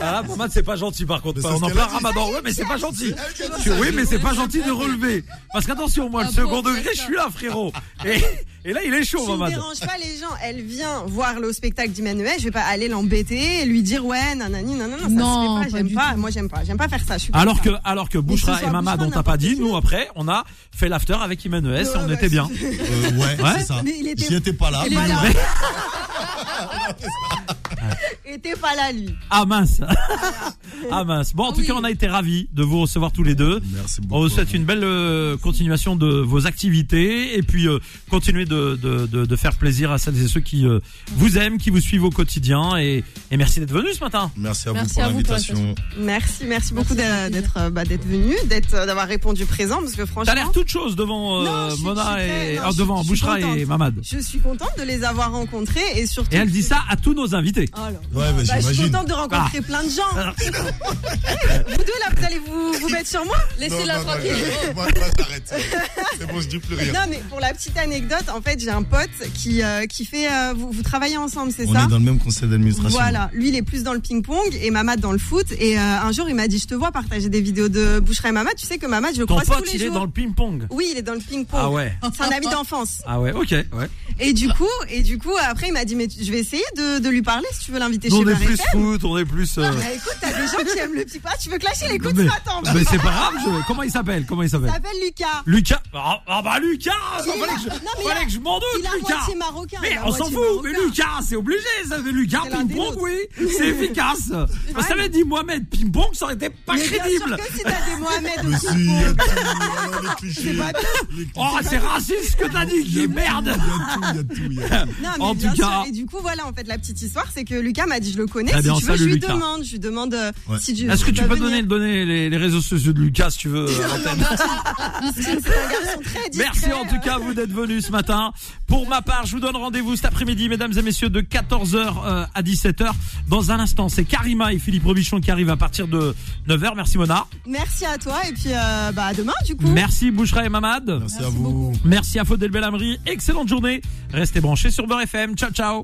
[SPEAKER 2] Ah, pour moi, c'est pas gentil par contre.
[SPEAKER 4] Mais
[SPEAKER 2] on
[SPEAKER 4] c'est
[SPEAKER 2] en
[SPEAKER 4] ce qu'elle a
[SPEAKER 2] parle
[SPEAKER 4] dit.
[SPEAKER 2] Ramadan. Ouais, mais c'est pas gentil.
[SPEAKER 4] Elle a dit
[SPEAKER 2] Tu- Oui, mais c'est pas gentil de relever. Parce qu'attention, moi, le
[SPEAKER 5] Ah
[SPEAKER 2] second
[SPEAKER 5] bon,
[SPEAKER 2] degré, je suis là, frérot. Et, et là, il est chaud,
[SPEAKER 3] Je ne
[SPEAKER 2] Ramadan.
[SPEAKER 3] dérange pas les gens. Elle vient voir le spectacle d'Emmanuel. Je vais pas aller l'embêter et lui dire ouais, nanani, non, non, ça se
[SPEAKER 5] Non,
[SPEAKER 3] fait pas.
[SPEAKER 5] pas
[SPEAKER 3] J'aime
[SPEAKER 5] du
[SPEAKER 3] pas. Moi, j'aime pas. J'aime pas faire ça. Je suis pas
[SPEAKER 2] Alors que,
[SPEAKER 3] ça.
[SPEAKER 2] alors que
[SPEAKER 3] ce
[SPEAKER 2] Bouchra et
[SPEAKER 3] soir,
[SPEAKER 2] Mamad,
[SPEAKER 3] Bouchra
[SPEAKER 2] on
[SPEAKER 3] n'a
[SPEAKER 2] t'a
[SPEAKER 3] pas
[SPEAKER 2] pas dit,
[SPEAKER 3] fait
[SPEAKER 2] nous, après, on a fait l'after avec Imanuel et on
[SPEAKER 3] Ouais,
[SPEAKER 2] était bien.
[SPEAKER 4] Euh, ouais,
[SPEAKER 2] Ouais.
[SPEAKER 4] c'est ça.
[SPEAKER 3] Mais il était-
[SPEAKER 4] J'y étais pas
[SPEAKER 2] Ah,
[SPEAKER 4] là.
[SPEAKER 3] Il
[SPEAKER 4] mais
[SPEAKER 3] était là.
[SPEAKER 4] bon.
[SPEAKER 3] Et t'es pas là lui.
[SPEAKER 2] Ah mince. ah mince. Bon, en tout
[SPEAKER 5] Oui.
[SPEAKER 2] cas, on a été ravis de vous recevoir tous les deux.
[SPEAKER 4] Merci
[SPEAKER 2] On vous
[SPEAKER 4] beaucoup.
[SPEAKER 2] souhaite Oh, une belle euh, continuation de vos activités et puis euh, continuez de, de, de, de faire plaisir à celles et ceux qui euh, vous aiment, qui vous suivent au quotidien et, et merci d'être venu ce matin.
[SPEAKER 4] Merci à vous
[SPEAKER 5] Merci
[SPEAKER 4] pour
[SPEAKER 5] à vous pour
[SPEAKER 4] l'invitation.
[SPEAKER 3] Merci, merci beaucoup d'a-
[SPEAKER 5] c'est plaisir.
[SPEAKER 3] d'être euh, bah, d'être venu, d'être euh, d'avoir répondu présent parce que
[SPEAKER 2] T'as l'air
[SPEAKER 3] franchement.
[SPEAKER 2] toute chose devant euh,
[SPEAKER 3] Non, je suis-
[SPEAKER 2] Mona
[SPEAKER 3] je suis très-
[SPEAKER 2] et
[SPEAKER 3] non,
[SPEAKER 2] ah,
[SPEAKER 3] je-
[SPEAKER 2] devant
[SPEAKER 3] je suis
[SPEAKER 2] Bouchra et
[SPEAKER 3] contente.
[SPEAKER 2] Mamad.
[SPEAKER 3] Je suis contente de les avoir rencontrés et surtout.
[SPEAKER 2] Et elle dit ça Ah. à tous nos invités.
[SPEAKER 3] Oh là là.
[SPEAKER 4] Ouais,
[SPEAKER 3] Bah, je
[SPEAKER 4] mais
[SPEAKER 3] suis
[SPEAKER 4] j'imagine.
[SPEAKER 3] contente de rencontrer plein de gens. vous deux là, vous allez vous, vous mettre sur moi
[SPEAKER 5] Laissez-la tranquille.
[SPEAKER 4] Moi, moi, j'arrête. C'est bon, je dis plus rien.
[SPEAKER 3] Non mais pour la petite anecdote, en fait j'ai un pote qui, euh, qui fait... euh, vous, vous travaillez ensemble, c'est
[SPEAKER 4] On
[SPEAKER 3] ça
[SPEAKER 4] est dans le même conseil d'administration.
[SPEAKER 3] Voilà, lui il est plus dans le ping-pong et Mamad dans le foot. Et euh, un jour il m'a dit je te vois partager des vidéos de Bouchra et Mamad, tu sais que Mamad je le
[SPEAKER 2] Ton
[SPEAKER 3] croise
[SPEAKER 2] pote,
[SPEAKER 3] tous les
[SPEAKER 2] il
[SPEAKER 3] jours.
[SPEAKER 2] est dans le ping-pong.
[SPEAKER 3] Oui il est dans le ping-pong.
[SPEAKER 2] Ah ouais.
[SPEAKER 3] C'est un ami d'enfance.
[SPEAKER 2] Ah ouais, ok. Ouais.
[SPEAKER 3] Et du coup, et du coup, après il m'a dit mais tu- je vais essayer de, de lui parler si tu veux l'inviter
[SPEAKER 2] Nous,
[SPEAKER 3] chez
[SPEAKER 2] on est
[SPEAKER 3] Barré.
[SPEAKER 2] plus foot, on est plus. euh,
[SPEAKER 3] Bah, écoute, t'as des gens qui aiment le petit pas, tu veux clasher les coups
[SPEAKER 2] mais
[SPEAKER 3] de matin.
[SPEAKER 2] mais c'est pas grave. je- Comment il s'appelle Comment il s'appelle
[SPEAKER 3] T'appelles Lucas.
[SPEAKER 2] Lucas. Ah, ah bah Lucas. ça
[SPEAKER 3] Il
[SPEAKER 2] fallait
[SPEAKER 3] a-
[SPEAKER 2] que je,
[SPEAKER 3] non, mais
[SPEAKER 2] fallait
[SPEAKER 3] il a-
[SPEAKER 2] que je m'en doute,
[SPEAKER 3] Il est à
[SPEAKER 2] Lucas.
[SPEAKER 3] moitié marocain. il est
[SPEAKER 2] Mais
[SPEAKER 3] à
[SPEAKER 2] on s'en
[SPEAKER 3] moitié
[SPEAKER 2] fout, mais
[SPEAKER 3] marocain.
[SPEAKER 2] Lucas, c'est obligé, ça fait Lucas,
[SPEAKER 3] C'est l'un des
[SPEAKER 2] ping-pong,
[SPEAKER 3] nôtres.
[SPEAKER 2] oui, c'est efficace. Mais ça avait dit Mohamed, ping-pong, ça aurait été pas
[SPEAKER 3] Mais bien sûr
[SPEAKER 2] crédible.
[SPEAKER 3] que si t'as des Mohamed
[SPEAKER 4] Mais
[SPEAKER 3] au
[SPEAKER 4] si,
[SPEAKER 3] ping-pong,
[SPEAKER 4] il y a tout. voilà, les clichés.
[SPEAKER 3] pas bien.
[SPEAKER 4] Les clichés.
[SPEAKER 2] Oh, c'est raciste ce que t'as dit,
[SPEAKER 4] Il y a
[SPEAKER 2] qui merde.
[SPEAKER 4] tout, Il y a tout, il y a tout. il y a tout.
[SPEAKER 3] Non, mais
[SPEAKER 2] En
[SPEAKER 3] bien
[SPEAKER 2] tout
[SPEAKER 3] sûr.
[SPEAKER 2] cas-
[SPEAKER 3] Et du coup, voilà, en fait, la petite histoire, c'est que Lucas m'a dit je le connais.
[SPEAKER 2] Très
[SPEAKER 3] si
[SPEAKER 2] bien,
[SPEAKER 3] tu veux, je
[SPEAKER 2] salut,
[SPEAKER 3] lui
[SPEAKER 2] Lucas.
[SPEAKER 3] demande. Je lui demande euh,
[SPEAKER 4] Ouais.
[SPEAKER 3] si tu.
[SPEAKER 2] Est-ce que tu
[SPEAKER 3] si dois
[SPEAKER 2] peux
[SPEAKER 3] venir.
[SPEAKER 2] donner, donner les, les réseaux sociaux de Lucas, si tu veux euh, à l'antenne
[SPEAKER 3] C'est un garçon très euh, discret.
[SPEAKER 2] Merci en tout cas à vous d'être venus ce matin. Pour ma part, je vous donne rendez-vous cet après-midi, mesdames et messieurs, de 14h à 17h. Dans un instant, c'est Karima et Philippe Robichon qui arrivent à partir de 9h. Merci Mona.
[SPEAKER 3] Merci à toi et puis euh, bah à demain du coup.
[SPEAKER 2] Merci Bouchra et Mamad.
[SPEAKER 4] Merci à vous.
[SPEAKER 2] Merci à Faudel Belhamri. Excellente journée. Restez branchés sur Beurre FM. Ciao, ciao.